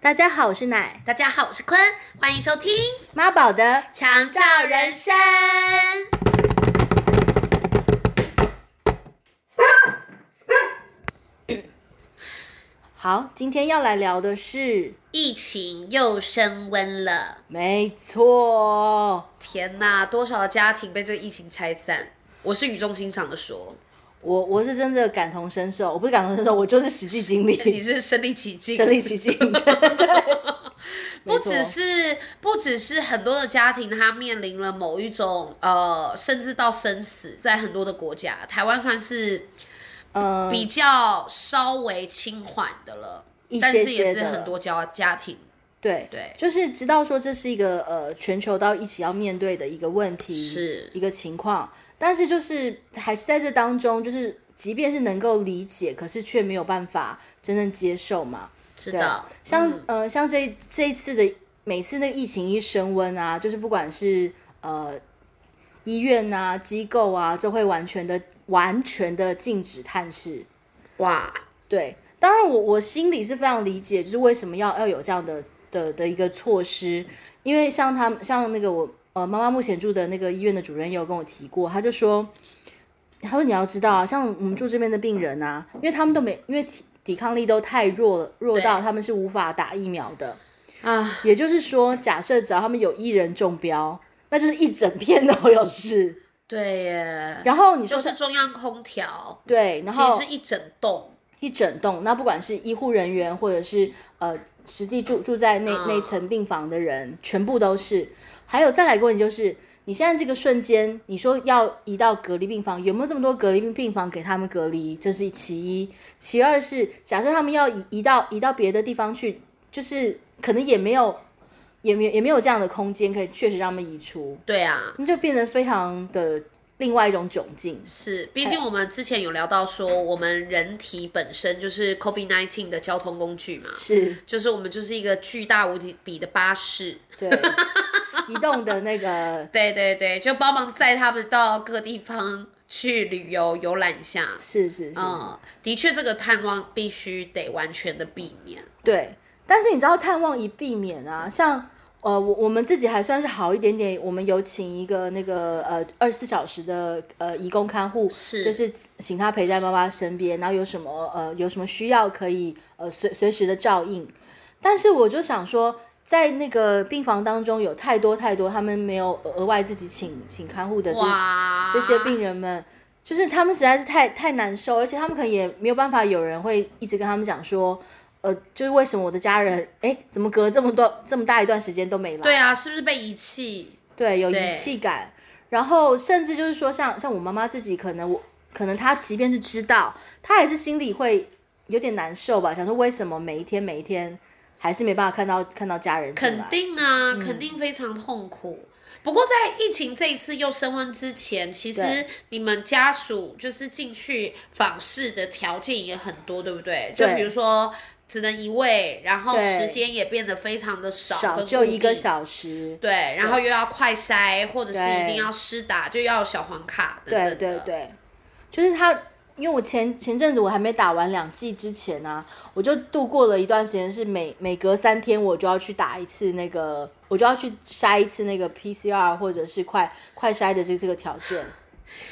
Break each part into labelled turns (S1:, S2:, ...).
S1: 大家好，我是奶
S2: 大家好，我是坤，欢迎收听《
S1: 妈宝的
S2: 长照人生》。
S1: 好，今天要来聊的是，
S2: 疫情又升温了，
S1: 没错，
S2: 天哪，多少家庭被这个疫情拆散？我是语重心长的说，
S1: 我我是真的感同身受，我不是感同身受，我就是实际经
S2: 你
S1: 历，
S2: 是身临其境，
S1: 身临其境， 对对，
S2: 不
S1: 没错
S2: 只是不只是很多的家庭，它面临了某一种呃，甚至到生死，在很多的国家，台湾算是
S1: 嗯，
S2: 比较稍微轻缓的了，
S1: 一
S2: 但
S1: 些
S2: 是
S1: 些
S2: 也是
S1: 的
S2: 很多家家庭，
S1: 对
S2: 对
S1: 就是知道说这是一个呃全球到一起要面对的一个问题，
S2: 是
S1: 一个情况，但是就是还是在这当中，就是即便是能够理解，可是却没有办法真正接受嘛。
S2: 知
S1: 对
S2: 道，
S1: 像、
S2: 嗯
S1: 呃，像这这一次的每次那个疫情一升温啊，就是不管是呃医院啊、机构啊，就会完全的完全的禁止探视。
S2: 哇，
S1: 对，当然我我心里是非常理解，就是为什么要要有这样的的的一个措施，因为像他们像那个我呃妈妈目前住的那个医院的主任也有跟我提过，他就说，他说你要知道啊，像我们住这边的病人啊，因为他们都没因为抵抵抗力都太弱了，弱到他们是无法打疫苗的。
S2: 啊，
S1: 也就是说，假设只要他们有一人中标，那就是一整片都有事。
S2: 对耶，
S1: 然后你说
S2: 就是是中央空调，
S1: 对，然
S2: 其
S1: 后
S2: 实是一整栋，
S1: 一整栋，那不管是医护人员或者是呃实际住住在那
S2: 嗯
S1: 那层病房的人，全部都是。还有再来一个问题就是，你现在这个瞬间，你说要移到隔离病房，有没有这么多隔离病房给他们隔离？这是其一，其二是假设他们要移移到移到别的地方去，就是可能也没有也没有也没有这样的空间可以确实让他们移出，
S2: 对啊，
S1: 那就变得非常的另外一种窘境。
S2: 是，毕
S1: 哎
S2: 竟我们之前有聊到说，我们人体本身就是 COVID nineteen 的交通工具嘛，
S1: 是。
S2: 就是我们就是一个巨大无比的巴士，
S1: 对，移动的那个
S2: 对对对，就帮忙载他们到各地方去旅游游览一下。
S1: 是是是，
S2: 嗯，的确，这个探望必须得完全的避免。
S1: 对。但是你知道探望以避免啊，像呃我我们自己还算是好一点点，我们有请一个那个呃二十四小时的呃义工看护，
S2: 是
S1: 就是请他陪在妈妈身边，然后有什么呃有什么需要可以呃随随时的照应。但是我就想说。在那个病房当中，有太多太多他们没有额额外自己请请看护的这
S2: 哇，
S1: 这些病人们，就是他们实在是太太难受，而且他们可能也没有办法，有人会一直跟他们讲说，呃，就是为什么我的家人，哎，怎么隔这么多这么大一段时间都没来？
S2: 对啊，是不是被遗弃？
S1: 对，有
S2: 对
S1: 遗弃感。然后甚至就是说像，像我妈妈自己，可能我可能她即便是知道，她还是心里会有点难受吧，想说为什么每一天每一天还是没办法看到看到家人进来
S2: 肯定啊，
S1: 嗯
S2: 肯定非常痛苦。不过在疫情这一次又升温之前，其实
S1: 对
S2: 你们家属就是进去访视的条件也很多，对不对？就
S1: 对
S2: 比如说只能一位，然后
S1: 对
S2: 时间也变得非常的少，
S1: 少
S2: 跟
S1: 就
S2: 固
S1: 一个
S2: 定
S1: 小时，
S2: 对，然后又要快筛，或者是
S1: 对
S2: 一定要施打，就要有小黄卡等
S1: 对
S2: 等
S1: 对
S2: 的。
S1: 对，就是他，因为我前前阵子我还没打完两剂之前啊，我就度过了一段时间，是每每隔三天我就要去打一次那个，我就要去筛一次那个 PCR 或者是快快筛的这这个条件，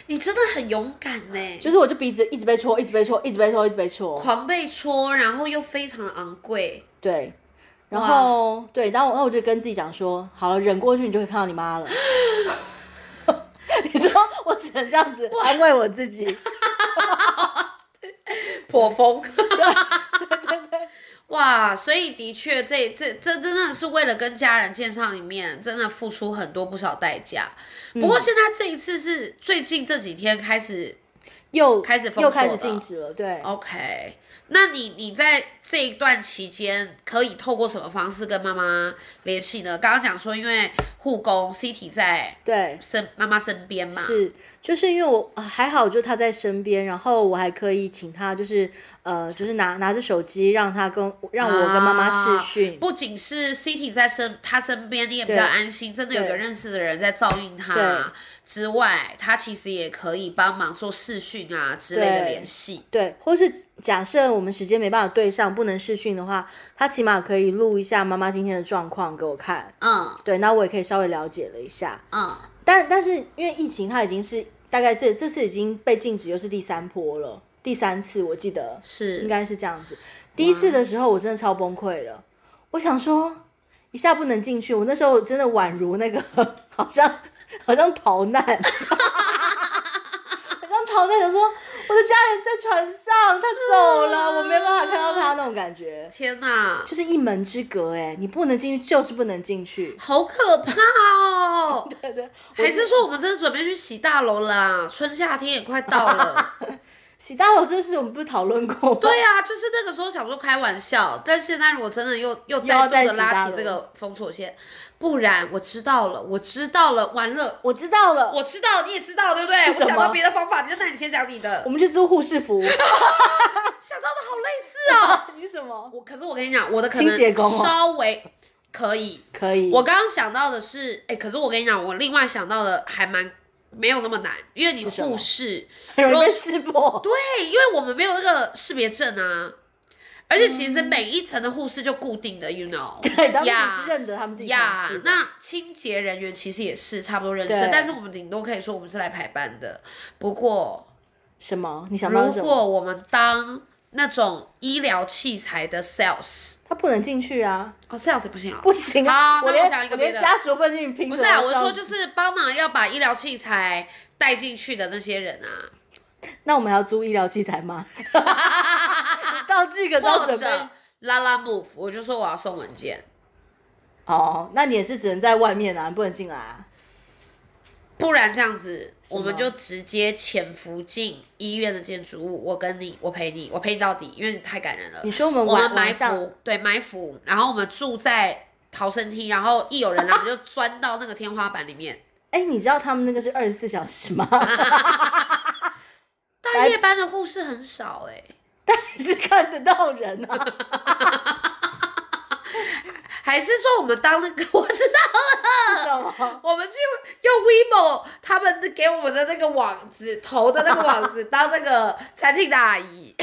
S2: 你真的很勇敢呢，
S1: 就是我就鼻子一直被戳，一直被戳，一直被戳，一直被戳，
S2: 狂被戳，然后又非常的昂贵。
S1: 对。然后对，然后我那我就跟自己讲说，好了，忍过去你就会看到你 妈了。你说我只能这样子安慰我自 己，
S2: 破风。哇，所以的确，这这这真的是为了跟家人见上一面，真的付出很多不少代价。不过现在这一次是最近这几天开始
S1: 又
S2: 开始封
S1: 又开
S2: 锁
S1: 始禁
S2: 了
S1: 止了，对。
S2: ，OK。那你你在这一段期间可以透过什么方式跟妈妈联系呢？刚刚讲说，因为护工 C T 在
S1: 对，
S2: 身妈妈身边嘛，
S1: 是，就是因为我啊还好，就他在身边，然后我还可以请他，就是呃，就是拿拿着手机让他跟让我跟妈妈视讯，
S2: 啊不仅是 City 在身他身边，你也比
S1: 对
S2: 较安心，真的有
S1: 对
S2: 个认识的人在照应他
S1: 对
S2: 之外，他其实也可以帮忙做视讯啊之类的
S1: 对
S2: 联系。
S1: 对，或是假设我们时间没办法对上，不不能视讯的话，他起码可以录一下妈妈今天的状况给我看。
S2: 嗯
S1: 对，那我也可以稍微了解了一下。
S2: 嗯，
S1: 但但是因为疫情，它已经是大概这这次已经被禁止，又是第三波了，第三次我记得应
S2: 是
S1: 该是这样子。第一次的时候，我真的超崩溃了，我想说一下不能进去，我那时候真的宛如那个好像好像逃难， 好像逃难，想说我的家人在船上，他走了，我没办法看到他那种感觉，
S2: 天哪，
S1: 就是一门之隔哎、你不能进去就是不能进去，
S2: 好可怕哦！
S1: 对对， 我
S2: 还是说我们真的准备去洗大楼啦？春夏天也快到 了。
S1: 喜大楼这个事我们不是讨论过吗？
S2: 对呀、啊，就是那个时候想说开玩笑，但现在如果真的又又
S1: 要
S2: 再
S1: 再
S2: 度的
S1: 洗大
S2: 拉起
S1: 楼
S2: 这个封锁线，不然我知道了，我知道了，完了，
S1: 我知道了，我
S2: 我知道了，你也知道了，对不对？
S1: 是
S2: 我
S1: 什么
S2: 想到别的方法，你那你先讲你的。
S1: 们去租护士 服，
S2: 想到的好类似哦。
S1: 你什么？
S2: 我可是我跟你讲，我的可
S1: 清洁工
S2: 能
S1: 哦
S2: 稍微可以。
S1: 可以，
S2: 我刚刚想到的是，哎、可是我跟你讲，我另外想到的还蛮没有那么难，因为你
S1: 是什么
S2: 护士，
S1: 很容易被识破。
S2: 对，因为我们没有那个识别证啊。而且其实每一层的护士就固定的，you know，
S1: 嗯 对，他们
S2: 呀
S1: 哎只是认得他们自己同
S2: 呀
S1: 事的。
S2: 那清洁人员其实也是差不多认识
S1: 对，
S2: 但是我们顶多可以说我们是来排班的。不过，
S1: 什么？你想到
S2: 如
S1: 什么？
S2: 果我们当那种医疗器材的 sales，
S1: 他不能进去啊，
S2: 哦，sales 也不行啊，
S1: 不行啊！
S2: 好那我
S1: 连
S2: 想一个
S1: 连
S2: 别的
S1: 家属不能进去，凭
S2: 不
S1: 什
S2: 是
S1: 么要
S2: 啊，
S1: 这
S2: 我
S1: 样子？
S2: 说就是帮忙要把医疗器材带进去的那些人啊，
S1: 那我们还要租医疗器材吗？ 道具可是要
S2: 或
S1: 准备
S2: 者拉拉 move，我就说我要送文件，
S1: 哦，那你也是只能在外面啊，你不能进来啊。
S2: 不然这样子
S1: 么
S2: 我们就直接潜伏进医院的建筑物，我跟你，我陪你，我陪你到底，因为你太感人了
S1: 你。说我们
S2: 我
S1: 晚
S2: 们埋
S1: 晚上
S2: 伏，对埋伏，然后我们住在逃生梯，然后一有人来，我们就钻到那个天花板里面。
S1: 哎、你知道他们那个是二十四小时吗？
S2: 大夜班的护士很少哎、
S1: 是看得到人啊。
S2: 还是说我们当那个 我知道。
S1: 是什么？
S2: 我们去用 WeMo 他们给我们的那个网子投的那个网子当那个餐厅的阿姨，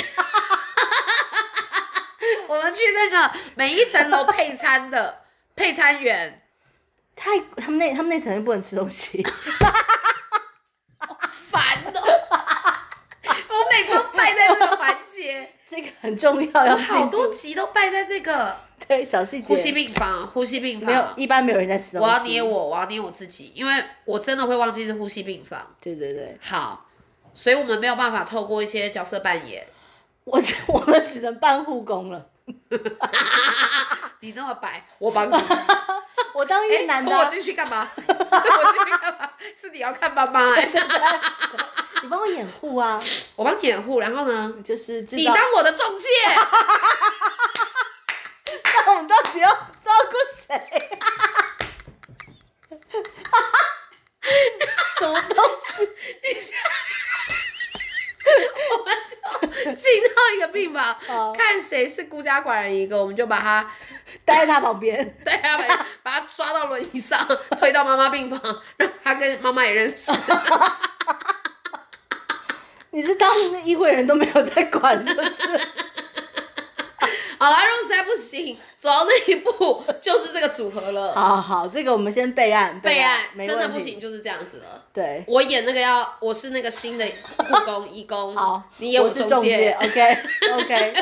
S2: 我们去那个每一层楼配餐的配餐员，
S1: 太他们那他们那层就不能吃东西，
S2: 烦哦！我每次都败在这个环节，
S1: 这个很重要，要
S2: 我
S1: 记
S2: 好
S1: 住
S2: 多集都败在这个
S1: 对小细节
S2: 呼。吸病房，呼吸病
S1: 没有，
S2: 房。
S1: 一般没有人在吃东
S2: 我
S1: 西。
S2: 要捏我，我要捏我自己，因为我真的会忘记是呼吸病房。
S1: 对对对，
S2: 好，所以我们没有办法透过一些角色扮演。
S1: 我我们只能办护工了。啊
S2: 你那么白，我 帮你。
S1: 我当越南的
S2: 拖
S1: 啊、
S2: 哎我进去干嘛？ 是我进去干嘛？是你要看妈 妈、欸，
S1: 啊你帮我掩护啊，
S2: 我帮你掩护，然后呢？
S1: 就是知
S2: 你
S1: 道
S2: 当我的 中介，
S1: 那我们到底要照顾谁、啊？ 什么东西？
S2: 我们就进到一个病
S1: 好
S2: 房，看谁是孤家寡人一个，我们就把他，
S1: 待在他旁边，
S2: 对 啊，把他把他抓到轮椅上，推到妈妈病房，让他跟妈妈也认识。
S1: 你是当那医会人都没有在管，是不是？
S2: 好啦，如果实在不行，走到那一步，就是这个组合了。
S1: 好好，这个我们先备案，
S2: 备案
S1: 没
S2: 真的
S1: 问
S2: 不
S1: 题
S2: 行，。就是这样子了。
S1: 对，
S2: 我演那个要，我是那个新的护工 义工，
S1: 好，
S2: 嗯你演
S1: 我是
S2: 中
S1: 中介，OK OK，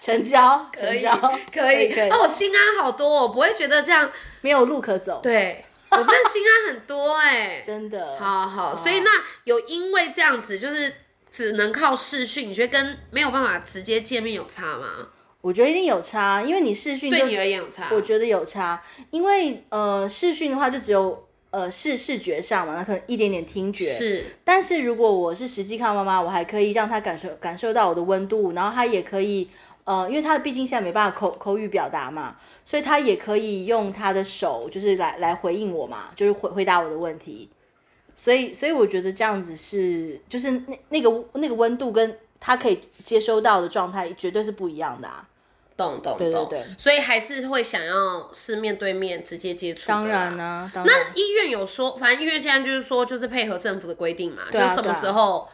S1: 成交，
S2: 可
S1: 成
S2: 以
S1: 交，
S2: 可以
S1: 可以，
S2: 哦，我心安好多、哦，我不会觉得这样，
S1: 没有路可走，
S2: 对我真的心安很多哎、
S1: 真的，
S2: 好好，所以那有因为这样子，就是只能靠视讯，你觉得跟没有办法直接见面有差吗？
S1: 我觉得一定有差，因为你视讯
S2: 对
S1: 就
S2: 你而言有差，
S1: 我觉得有差，因为呃视讯的话就只有呃视视觉上嘛，那可能一点点听觉，
S2: 是
S1: 但是如果我是实际看到妈妈，我还可以让她感受感受到我的温度，然后她也可以，呃，因为她毕竟现在没办法口口语表达嘛，所以她也可以用她的手，就是来来回应我嘛，就是回回答我的问题。所以，所以我觉得这样子是，就是那那个那个温度跟她可以接收到的状态绝对是不一样的啊。
S2: 懂懂懂，
S1: 对对对
S2: 所以还是会想要是面对面直接接触的啦，
S1: 当然啊呢、当然。
S2: 啊那医院有说，反正医院现在就是说，就是配合政府的规定嘛，
S1: 对啊
S2: 就是什
S1: 对
S2: 么
S1: 啊
S2: 时候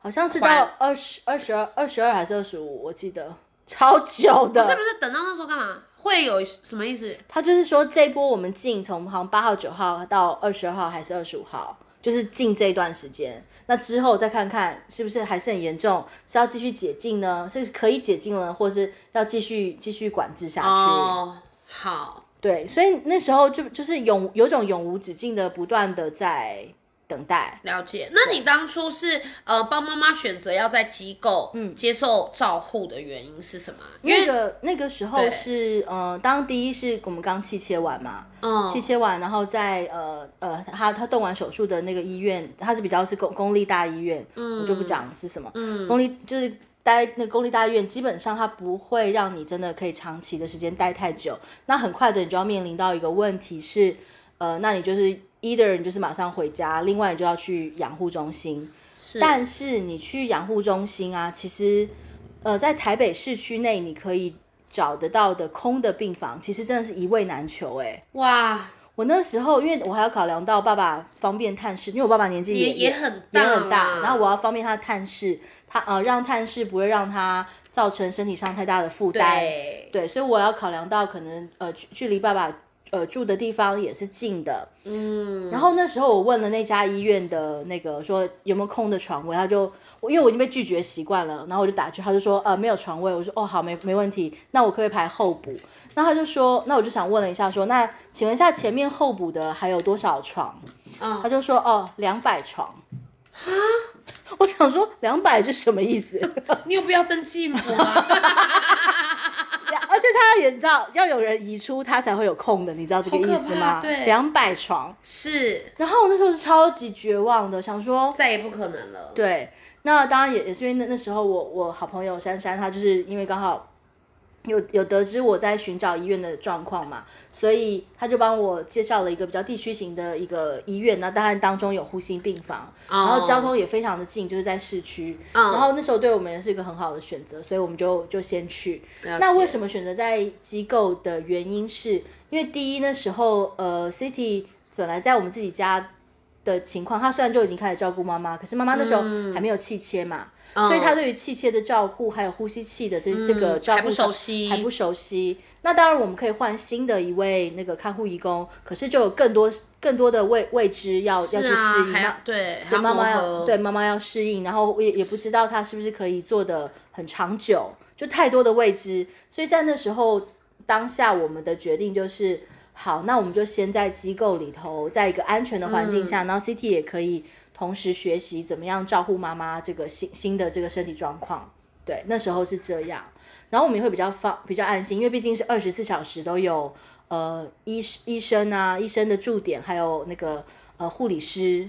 S1: 好像是到二十二十二、二十二还是二十五，我记得超久的。
S2: 是不是等到那时候干嘛？会有什么意思？
S1: 他就是说这一波我们进，从好像八号、九号到二十二号还是二十五号，就是进这段时间。那之后再看看是不是还是很严重，是要继续解禁呢？是可以解禁了，或是要继续继续管制下去？
S2: 哦，好，
S1: 对，所以那时候就就是永有种永无止境的不断的在等待。
S2: 了解。那你当初是呃帮妈妈选择要在机构嗯接受照护的原因是什么啊？因
S1: 那
S2: 为
S1: 个那个时候是呃，当第一是我们刚气切完嘛，
S2: 嗯
S1: 气切完，然后在呃呃，他他动完手术的那个医院，他是比较是公公立大医院，
S2: 嗯
S1: 我就不讲是什么，公立就是待那个公立大医院，基本上它不会让你真的可以长期的时间待太久，那很快的你就要面临到一个问题是，呃，那你就是 either 你就是马上回家，另外你就要去养护中心，但是你去养护中心啊，其实呃，在台北市区内你可以找得到的空的病房，其实真的是一位难求哎、
S2: 哇
S1: 我那时候，因为我还要考量到爸爸方便探视，因为我爸爸年纪
S2: 也
S1: 也
S2: 也很
S1: 也
S2: 大
S1: 很大
S2: 啦，
S1: 然后我要方便他探视，他呃让探视不会让他造成身体上太大的负担，
S2: 对
S1: 对，所以我要考量到可能呃距距离爸爸呃住的地方也是近的，嗯，然后那时候我问了那家医院的那个说有没有空的床位，他就我因为我已经被拒绝习惯了，然后我就打去，他就说呃没有床位，我说哦好没没问题，那我可不可以排候补？那他就说，那我就想问了一下说那请问一下前面候补的还有多少床？
S2: 嗯
S1: 他就说哦两百床 啊，我想说两百 是什么意思？
S2: 你有必要 登记吗？好
S1: 而且他也知道要有人移出，他才会有空的，你知道这个意
S2: 好
S1: 思
S2: 可
S1: 吗？
S2: 怕对
S1: 两百床。
S2: 是
S1: 然后我那时候是超级绝望的，想说，
S2: 再也不可能了。
S1: 对，那当然也也是因为那那时候我我好朋友珊珊，她就是因为刚好有有得知我在寻找医院的状况嘛，所以她就帮我介绍了一个比较地区型的一个医院，那当然当中有呼吸病房，
S2: 哦
S1: 然后交通也非常的近，就是在市区，然后那时候对我们也是一个很好的选择，所以我们就就先去。那为什
S2: 么？
S1: 么选择在机构的原因是，因为第一那时候呃，City 本来在我们自己家的情况，他虽然就已经开始照顾妈妈，可是妈妈那时候
S2: 嗯
S1: 还没有气切嘛，所以他对于气切的照顾还有呼吸器的这、这个照顾
S2: 嗯还不熟悉
S1: 还不熟悉。那当然我们可以换新的一位那个看护义工，可是就有更多更多的未未知要、要去
S2: 是
S1: 适
S2: 啊，
S1: 应。
S2: 还
S1: 那
S2: 要对，还要
S1: 妈妈
S2: 磨
S1: 要
S2: 合
S1: 对妈妈要适应，然后我也也不知道她是不是可以做的很长久，就太多的未知，所以在那时候当下我们的决定就是，好，那我们就先在机构里头，在一个安全的环
S2: 嗯
S1: 境下，然后 CT 也可以同时学习怎么样照顾妈妈这个新新的这个身体状况，对，那时候是这样，然后我们也会比较放比较安心，因为毕竟是二十四小时都有。呃，医医生啊，医生的驻点，还有那个呃护理师，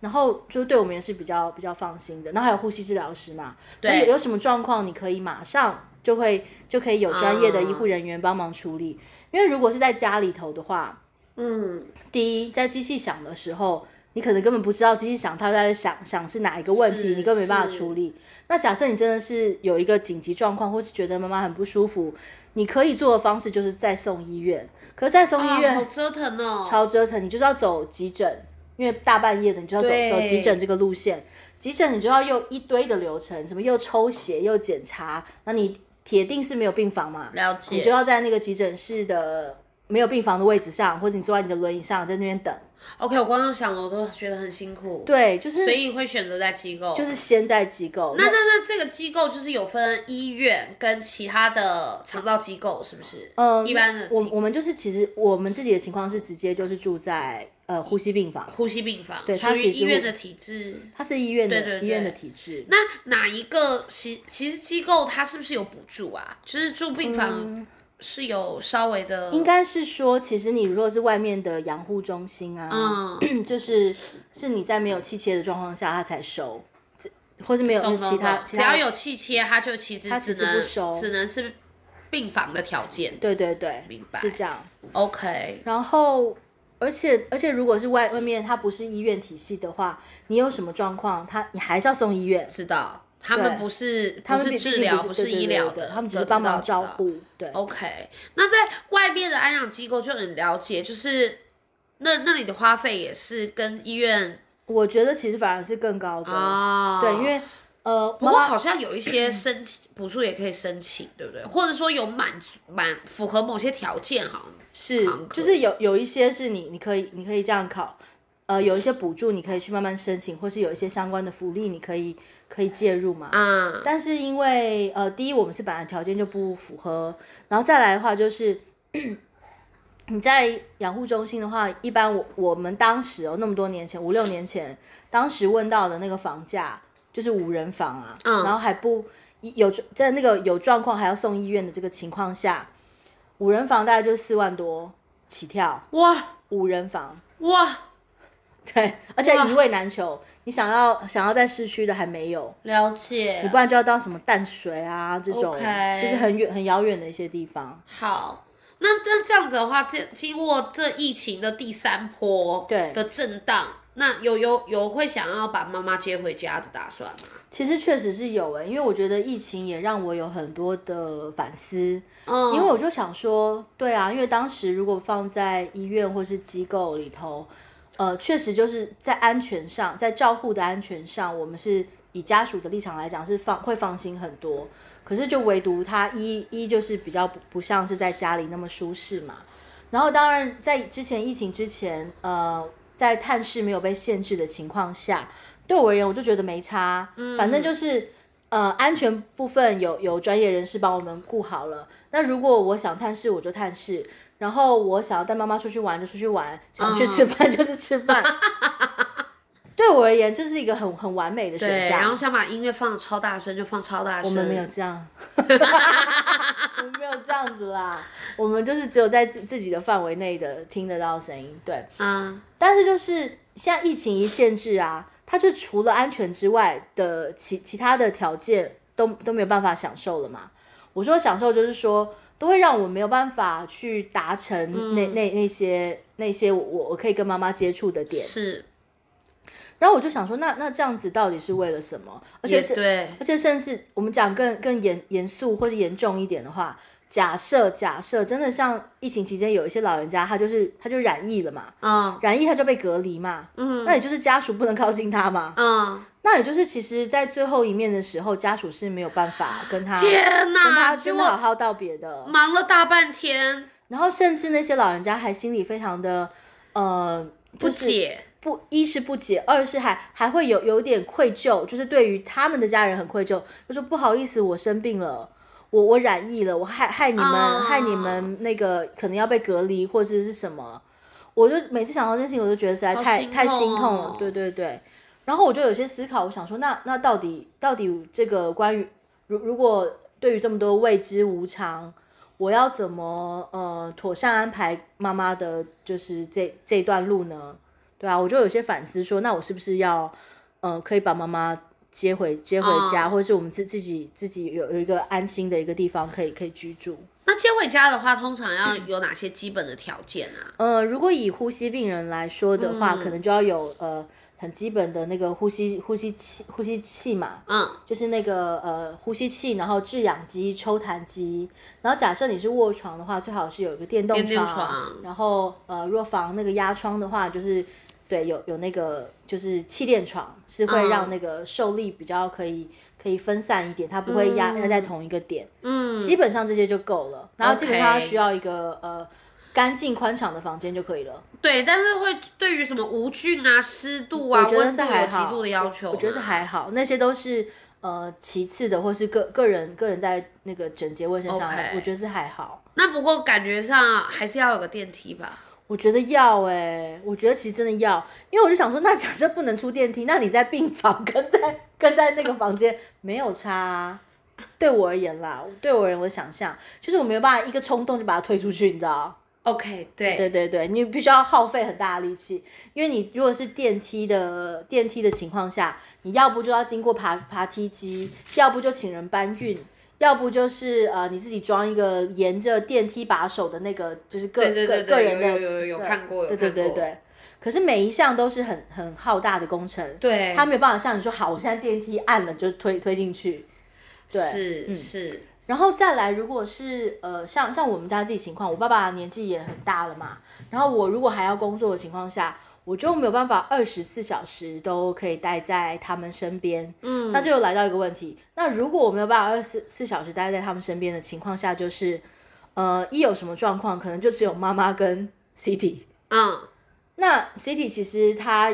S1: 然后就对我们也是比较比较放心的。然后还有呼吸治疗师嘛，对，有有什么状况你可以马上就会就可以有专业的医护人员帮忙处理。因为如果是在家里头的话，
S2: 嗯，
S1: 第一，在机器响的时候，你可能根本不知道机器响它在想想是哪一个问题，
S2: 是
S1: 你根本没办法
S2: 是
S1: 处理。那假设你真的是有一个紧急状况，或是觉得妈妈很不舒服，你可以做的方式就是再送医院。可是再送医
S2: 啊，
S1: 院、
S2: 好折腾哦，
S1: 超折腾，你就是要走急诊，因为大半夜的你就要走
S2: 对
S1: 走急诊这个路线，急诊你就要又一堆的流程，什么又抽血又检查，那你铁定是没有病房嘛，
S2: 了
S1: 你就
S2: 解。
S1: 要在那个急诊室的没有病房的位置上，或者你坐在你的轮椅上在那边等，
S2: OK，我光刚想了，我都觉得很辛苦。，
S1: 对，就是
S2: 所以会选择在机构。
S1: 就是先在机构，
S2: 那那那这个机构就是有分医院跟其他的肠道机构，是不是？
S1: 嗯
S2: 一般的
S1: 我
S2: 机
S1: 我们就是其实我们自己的情况是直接就是住在呃呼吸病房，
S2: 呼吸病房，
S1: 对它
S2: 属于
S1: 其实
S2: 医院
S1: 我
S2: 的体制。
S1: 它是医院的
S2: 对对对
S1: 医院的体制，
S2: 那哪一个其其实机构它是不是有补助啊？就是住病房是有稍微的，
S1: 嗯应该是说，其实你如果是外面的养护中心啊，
S2: 嗯，
S1: 就是是你在没有器械的状况下，他才收，这或是没有
S2: 懂
S1: 其
S2: 懂
S1: 他
S2: 懂。
S1: 其
S2: 只
S1: 他
S2: 要有气切，它就其实
S1: 其
S2: 只
S1: 实不收
S2: 能只能是病房的条件。
S1: 对对对，
S2: 明白
S1: 是这样。
S2: OK，
S1: 然后，而且而且，如果是外外面它不是医院体系的话，你有什么状况，他你还是要送医院，
S2: 知道。他们不是
S1: 他
S2: 不
S1: 们毕
S2: 是
S1: 竟
S2: 治疗，
S1: 不
S2: 不
S1: 是
S2: 是医疗
S1: 对对对
S2: 的，
S1: 对他们只
S2: 都
S1: 是
S2: 知
S1: 帮
S2: 道
S1: 忙
S2: 知
S1: 照
S2: 道
S1: 顾，对。
S2: OK，那在外面的安养机构就很了解，就是那那里的花费也是跟医院
S1: 我觉得其实反而是更高的，嗯
S2: 啊、
S1: 对，因为。呃，
S2: 不
S1: 妈
S2: 过
S1: 妈
S2: 好像有一些申请补助也可以申请，对不对？或者说有满足满符合某些条件，好像
S1: 是
S2: 好像可
S1: 就
S2: 以
S1: 是有有一些是你你可以你可以这样考，呃，有一些补助你可以去慢慢申请，或是有一些相关的福利你可以可以介入嘛。
S2: 啊，
S1: 但是因为呃，第一我们是本来条件就不符合，然后再来的话就是。你在养护中心的话，一般我我们当时哦，那么多年前，五六年前，当时问到的那个房价就是五人房啊，
S2: 嗯
S1: 然后还不有在那个有状况还要送医院的这个情况下，五人房大概就是四万多起跳，
S2: 哇
S1: 五人房，
S2: 哇，
S1: 对，而且
S2: 哇
S1: 一位难求，你想要想要在市区的还没有，
S2: 了解
S1: 你不，然就要到什么淡水啊这种
S2: OK
S1: 就是很远很遥远的一些地方。
S2: 好。那那这样子的话，这经过这疫情的第三波
S1: 对
S2: 的震荡，那有有有会想要把妈妈接回家的打算吗？
S1: 其实确实是有诶、欸因为我觉得疫情也让我有很多的反思，
S2: 嗯，
S1: 因为我就想说，对啊，因为当时如果放在医院或是机构里头，呃，确实就是在安全上，在照护的安全上，我们是以家属的立场来讲是放会放心很多。可是就唯独他一一就是比较不不像是在家里那么舒适嘛。然后当然在之前疫情之前，呃，在探视没有被限制的情况下，对我而言我就觉得没差，啊
S2: 嗯
S1: 反正就是。呃，安全部分有有专业人士帮我们顾好了。那如果我想探视，我就探视；然后我想要带妈妈出去玩就出去玩，想
S2: 嗯
S1: 去吃饭 就是吃饭。对我而言，这是一个很很完美的选
S2: 对，
S1: 项。
S2: 然后想把音乐放得超大声就放超大声，
S1: 我们没有这样，我们没有这样子啦，我们就是只有在自自己的范围内的听得到声音。对，
S2: 啊，
S1: 但是就是现在疫情一限制啊，它就除了安全之外的其其他的条件都都没有办法享受了嘛。我说享受就是说，都会让我没有办法去达成那、那那些那些我我可以跟妈妈接触的点。
S2: 是，
S1: 然后我就想说，那那这样子到底是为了什么？而且
S2: 也
S1: 是
S2: 对，
S1: 而且甚至我们讲更更严严肃或是严重一点的话，假设假设真的像疫情期间有一些老人家，他就是他就染疫了嘛，
S2: 嗯
S1: 染疫他就被隔离嘛，
S2: 嗯
S1: 那也就是家属不能靠近他嘛，
S2: 嗯，
S1: 那也就是其实，在最后一面的时候，家属是没有办法跟他跟
S2: 天
S1: 他
S2: 哪，结
S1: 真的好
S2: 果
S1: 好道别的，
S2: 忙了大半天，
S1: 然后甚至那些老人家还心里非常的呃。
S2: 不
S1: 就是
S2: 解，
S1: 不一是不解，二是还还会有有点愧疚，就是对于他们的家人很愧疚，就说不好意思，我生病了，我我染疫了，我害害你们、
S2: 啊
S1: 害你们那个可能要被隔离或者是什么，我就每次想到这件事情，我就觉得实在
S2: 好
S1: 太
S2: 心
S1: 太
S2: 痛
S1: 心痛了
S2: 哦，
S1: 对对对。然后我就有些思考，我想说，那那到底到底这个关于如如果对于这么多未知无常，我要怎么呃妥善安排妈妈的，就是这这段路呢？对啊，我就有些反思说，那我是不是要呃可以把妈妈接回接回家，
S2: 哦
S1: 或者是我们自自己自己有有一个安心的一个地方可以可以居住？
S2: 那接回家的话，通常要有哪些基本的条件啊？
S1: 呃，如果以呼吸病人来说的话，
S2: 嗯
S1: 可能就要有呃很基本的那个呼吸呼吸器呼吸器嘛，
S2: 嗯，
S1: 就是那个呃呼吸器，然后制氧机、抽痰机，然后假设你是卧床的话，最好是有一个电动
S2: 电
S1: 床，
S2: 动床
S1: 然后呃，若防那个压疮的话，就是对有有那个就是气垫床，是会
S2: 嗯
S1: 让那个受力比较可以可以分散一点，它不会压压在同一个点，
S2: 嗯，
S1: 基本上这些就够了，然后基本上它
S2: OK
S1: 需要一个呃干净宽敞的房间就可以了。
S2: 对，但是会对于什么无菌啊、湿度啊、
S1: 我觉得
S2: 温
S1: 是
S2: 度
S1: 还
S2: 有极
S1: 好，
S2: 度的要求
S1: 我我觉得是
S2: 吗
S1: 还好，那些都是呃其次的，或是个个人个人在那个整洁卫生上
S2: OK
S1: 我觉得是还好。
S2: 那不过感觉上啊还是要有个电梯吧？
S1: 我觉得要哎、我觉得其实真的要，因为我就想说，那假设不能出电梯，那你在病房跟在跟在那个房间没有差啊、对我而言啦，对我而言，我想象就是我没有办法一个冲动就把它推出去，你知道？
S2: OK，对，
S1: 对对对，你必须要耗费很大的力气，因为你如果是电梯的电梯的情况下，你要不就要经过爬爬梯机，要不就请人搬运，要不就是呃你自己装一个沿着电梯把手的那个，就是个
S2: 对对对
S1: 个个
S2: 对，
S1: 人
S2: 有
S1: 的，
S2: 有有有有看过，有
S1: 对对
S2: 看
S1: 对
S2: 过，
S1: 对。可是每一项都是很很浩大的工程，
S2: 对，
S1: 他没有办法像你说好，我现在电梯按了就推推进去，对
S2: 是是，
S1: 然后再来，如果是呃，像像我们家自己情况，我爸爸年纪也很大了嘛，然后我如果还要工作的情况下，我就没有办法二十四小时都可以待在他们身边。
S2: 嗯，
S1: 那就又来到一个问题，那如果我没有办法二十四四小时待在他们身边的情况下，就是呃，一有什么状况，可能就只有妈妈跟 City。
S2: 嗯，
S1: 那 City 其实他，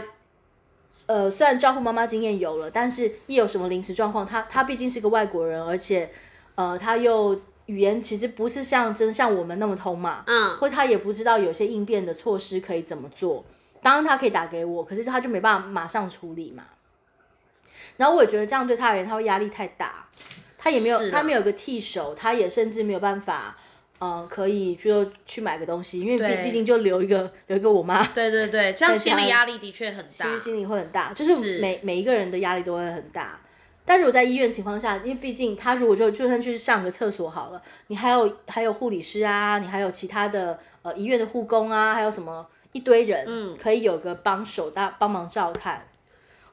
S1: 呃，虽然照顾妈妈经验有了，但是一有什么临时状况，他他毕竟是个外国人，而且，呃，他又语言其实不是像真的像我们那么通嘛，
S2: 嗯
S1: 或他也不知道有些应变的措施可以怎么做。当然他可以打给我，可是他就没办法马上处理嘛。然后我也觉得这样对他而言，他会压力太大，他也没有、
S2: 是啊
S1: 他没有个替手，他也甚至没有办法。嗯，可以，比如说去买个东西，因为毕
S2: 对
S1: 毕竟就留一个留一个我妈，
S2: 对对对，这样心
S1: 家
S2: 理
S1: 里
S2: 压力的确很大
S1: 其。实心理会很大，就是
S2: 是
S1: 每每一个人的压力都会很大。但如果在医院情况下，因为毕竟他如果就就算去上个厕所好了，你还有还有护理师啊，你还有其他的呃医院的护工啊，还有什么一堆人，嗯，可以有个帮手大帮忙照看，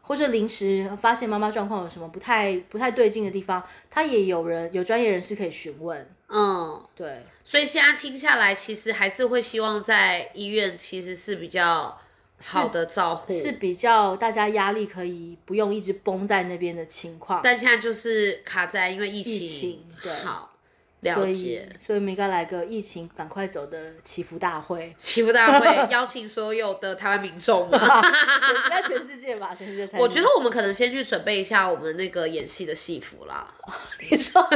S1: 或者临时发现妈妈状况有什么不太不太对劲的地方，他也有人有专业人士可以询问。
S2: 嗯，
S1: 对，
S2: 所以现在听下来，其实还是会希望在医院其实是比较好的照护，
S1: 是比较大家压力可以不用一直绷在那边的情况。
S2: 但现在就是卡在因为疫情，
S1: 疫情对
S2: 好
S1: 所
S2: 了
S1: 以
S2: 解。，，
S1: 所以我们应该来个疫情赶快走的祈福大会
S2: 祈福 大会邀请所有的台湾民众嘛，
S1: 应该全世界吧，全世界才。
S2: 我觉得我们可能先去准备一下我们那个演戏的戏服啦。
S1: 你说，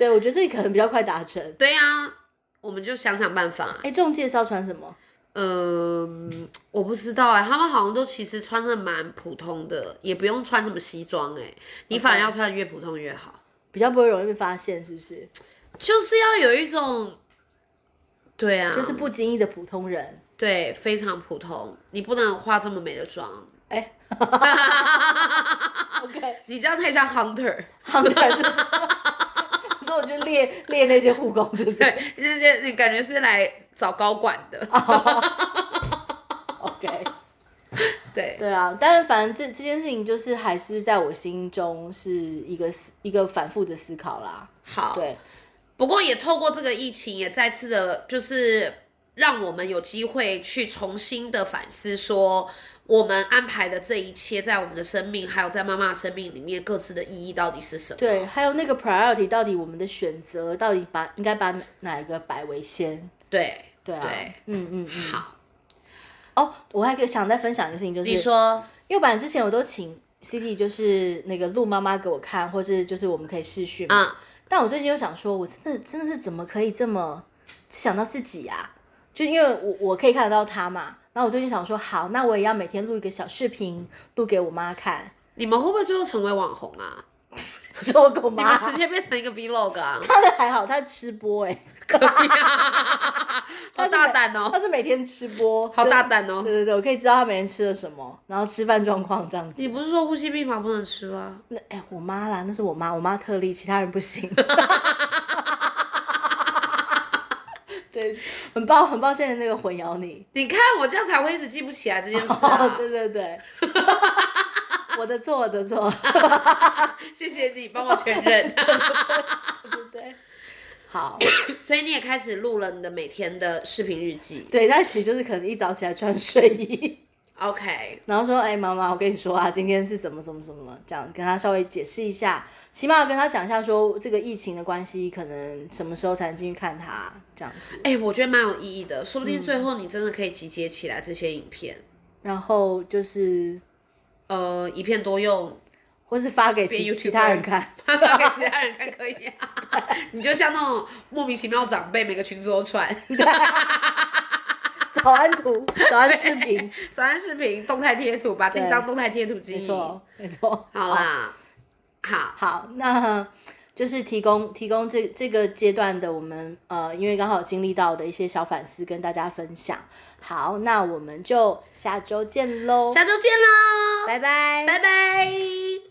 S1: 对我觉得这个可能比较快达成。
S2: 对呀、啊，我们就想想办法。
S1: 哎，中介是要穿什么？
S2: 嗯，我不知道哎、他们好像都其实穿的蛮普通的，也不用穿什么西装哎、你反而要穿的越普通越好。
S1: 比较不会容易被发现，是不是？
S2: 嗯就是要有一种，对啊，
S1: 就是不经意的普通人。
S2: 对，非常普通，你不能化这么美的妆，
S1: 哎，OK，
S2: 你这样太像 hunter，
S1: 好的，是不是？所以我就列列那些护工，是不是
S2: 对，那些你感觉是来找高管的，
S1: 哦？OK，
S2: 对，
S1: 对啊，但是反正这这件事情就是还是在我心中是一个思一个反复的思考啦。
S2: 好，
S1: 对，
S2: 不过也透过这个疫情，也再次的，就是让我们有机会去重新的反思说。我们安排的这一切，在我们的生命，还有在妈妈的生命里面，各自的意义到底是什么？
S1: 对，还有那个 priority，到底我们的选择到底把应该把哪一个摆为先？
S2: 对
S1: 对啊，
S2: 对
S1: 嗯嗯嗯。
S2: 好，
S1: 哦，我还可以想再分享一个事情，就是
S2: 你说，
S1: 因为本来之前我都请 City 就是那个陆妈妈给我看，或是就是我们可以视讯嘛。
S2: 嗯，
S1: 但我最近又想说，我真的真的是怎么可以这么想到自己啊？就因为我我可以看得到他嘛。然后我最近想说，好，那我也要每天录一个小视频，录给我妈看，
S2: 你们会不会最后成为网红啊？
S1: 说我跟我
S2: 你
S1: 妈
S2: 们。直接变成一个 vlog 啊？
S1: 他的还好，他吃播哎、
S2: 好大胆哦
S1: 他！是每天吃播，
S2: 好大
S1: 就
S2: 胆哦
S1: 对对对，我可以知道他每天吃了什么，然后吃饭状况这样子。
S2: 你不是说呼吸病房不能吃吗？
S1: 那哎、我妈啦，那是我妈，我妈特例，其他人不行。 对，很抱很抱歉的那个混淆你。
S2: 你看我这样才会一直记不起来这件事啊！
S1: 哦 对对对，我的错，我的错，
S2: 谢谢你帮我承认。
S1: 对对对。好，
S2: 所以你也开始录了你的每天的视频日记。
S1: 对，但其实就是可能一早起来穿睡衣，
S2: OK，
S1: 然后说：“哎、妈妈，我跟你说啊，今天是怎么怎么怎么这样，跟他稍微解释一下，起码要跟他讲一下说这个疫情的关系，可能什么时候才能进去看他这样子。
S2: 哎、我觉得蛮有意义的，说不
S1: 嗯
S2: 定最后你真的可以集结起来这些影片，
S1: 然后就是，
S2: 呃，一片多用，
S1: 或是发给其
S2: 变 YouTuber
S1: 其他人看，
S2: 发给其他人看可以、啊。 你就像那种莫名其妙长辈，每个群组都传
S1: 早安图、早安视频，
S2: 早安视频、动态贴图，把自己
S1: 对
S2: 当动态贴图经
S1: 没
S2: 营。
S1: 错，没错。
S2: 好啦，好，
S1: 好，那就是提供提供这这个阶段的我们呃，因为刚好经历到的一些小反思跟大家分享。好，那我们就下周见喽，
S2: 下周见喽，
S1: 拜拜，
S2: 拜拜